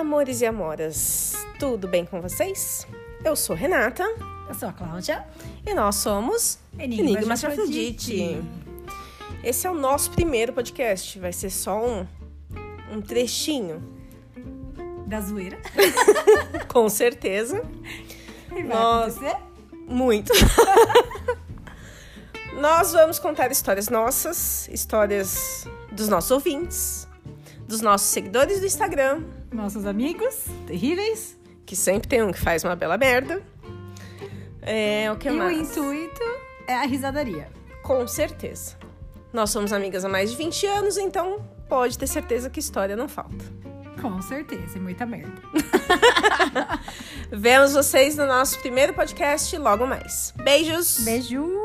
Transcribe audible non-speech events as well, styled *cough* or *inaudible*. amores e amoras, tudo bem com vocês? Eu sou Renata Eu sou a Cláudia. e nós somos Enigmas Enigmas de de Afrodite. Esse é o nosso primeiro podcast, vai ser só um, um trechinho, Da zoeira. *laughs* com certeza. E vai Nossa. acontecer. Muito. *laughs* Nós vamos contar histórias nossas, histórias dos nossos ouvintes, dos nossos seguidores do Instagram, Nossos amigos terríveis. que sempre tem um que faz uma bela merda. É, o que e mais? o intuito é a risadaria. Com certeza. Nós somos amigas há mais de 20 anos, então pode ter certeza que história não falta. Com certeza, e muita merda. Vemos vocês no nosso primeiro podcast logo mais. Beijos! Beijo!